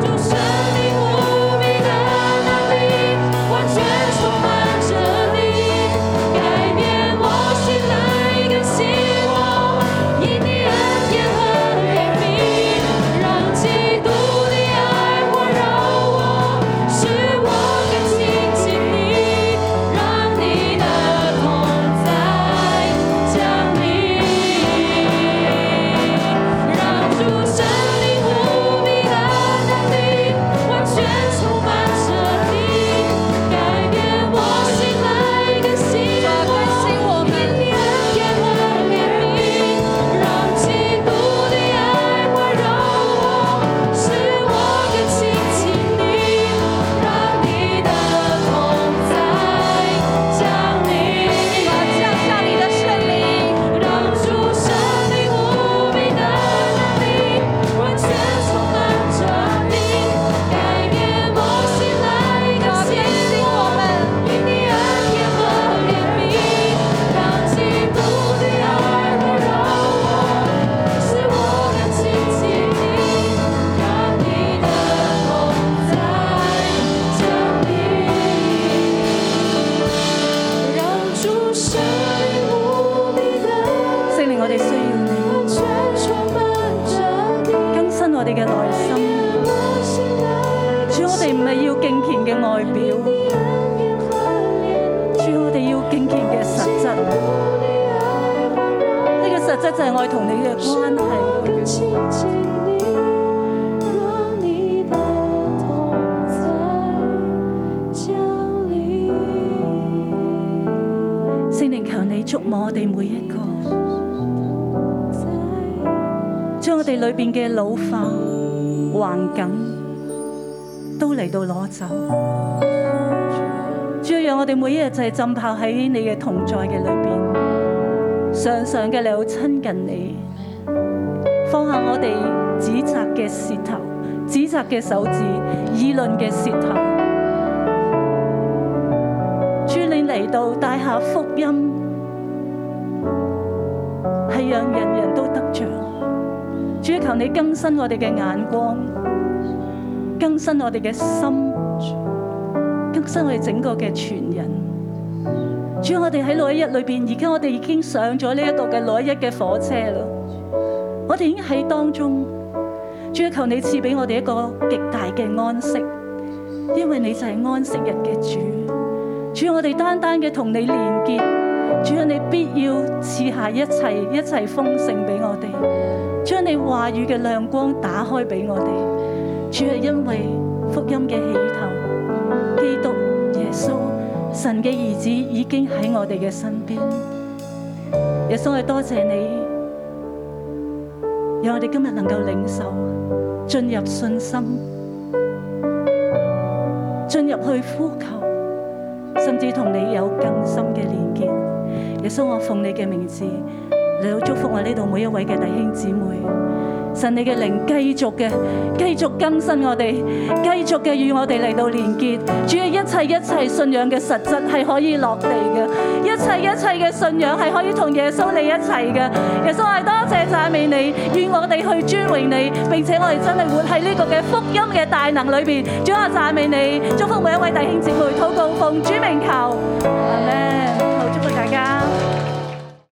主神灵无比的能力，完全充满着你，改变我心来更新我，因你恩典和怜悯，让基督的爱环绕我，使我更亲近你，让你的同在降临。让主神灵无比的能力，完全充满着你，改变我心来更新我，因你恩典和怜悯，让基督的爱环绕我，使我更亲近你，让你的同在降临。
降下你的圣灵。
让主神灵无比的能力，完全充满着你，改变我心来更新我们，因你恩典和怜悯，让基督的爱环绕我，使我更亲近你，让你的同在降临，让主神灵无比的。
聖靈，我哋需要你
全充满着你
更新我哋嘅內心。
我心来
主，我哋唔係要敬虔嘅外表，
恩典和怜
主，我哋要敬虔嘅實質。呢
悯的爱环绕
個實質就係我哋同你嘅關
我
係。
更亲近你，让你的同在降临。
聖靈，求你觸摸我哋每一個，將我哋裏邊嘅老化、環境都嚟到攞走。主，讓我哋每一日就係浸泡喺你嘅同在嘅裏邊，常常嘅嚟到親近你，放下我哋指責嘅舌頭、指責嘅手指、議論嘅舌頭。主，你嚟到帶下福音，係讓人人都得着。主
主求你更新我哋嘅眼光，更新我哋嘅心，更新我哋整個嘅全人。主，我哋喺六一一裏邊，而家我哋已經上咗呢一度嘅六一一嘅火車啦，我哋已經喺當中。主啊，求你賜俾我哋一個極大嘅安息，因為你就係安息日嘅主。主啊，我哋單單嘅同你連結，主啊，你必要賜下一切一切豐盛俾我哋。將你話語嘅亮光打開俾我哋。主係因為福音嘅起頭，基督耶穌神嘅兒子已經喺我哋嘅身邊。耶穌，我哋多謝你，讓我哋今日能夠領受，進入信心，進入去呼求，甚至同你有更深嘅連結。耶穌，我奉你嘅名字。你好祝福我呢度每一位嘅弟兄姊妹。神你嘅靈繼續嘅，繼續更新我哋，繼續嘅與我哋嚟到連結。主嘅一切一切信仰嘅實質係可以落地嘅，一切一切嘅信仰係可以同耶穌你一齊嘅。耶穌係多謝讚美你，願我哋去尊榮你，並且我哋真係活喺呢個嘅福音嘅大能裏邊。主我讚美你，祝福每一位弟兄姊妹，禱告奉主名求，阿門。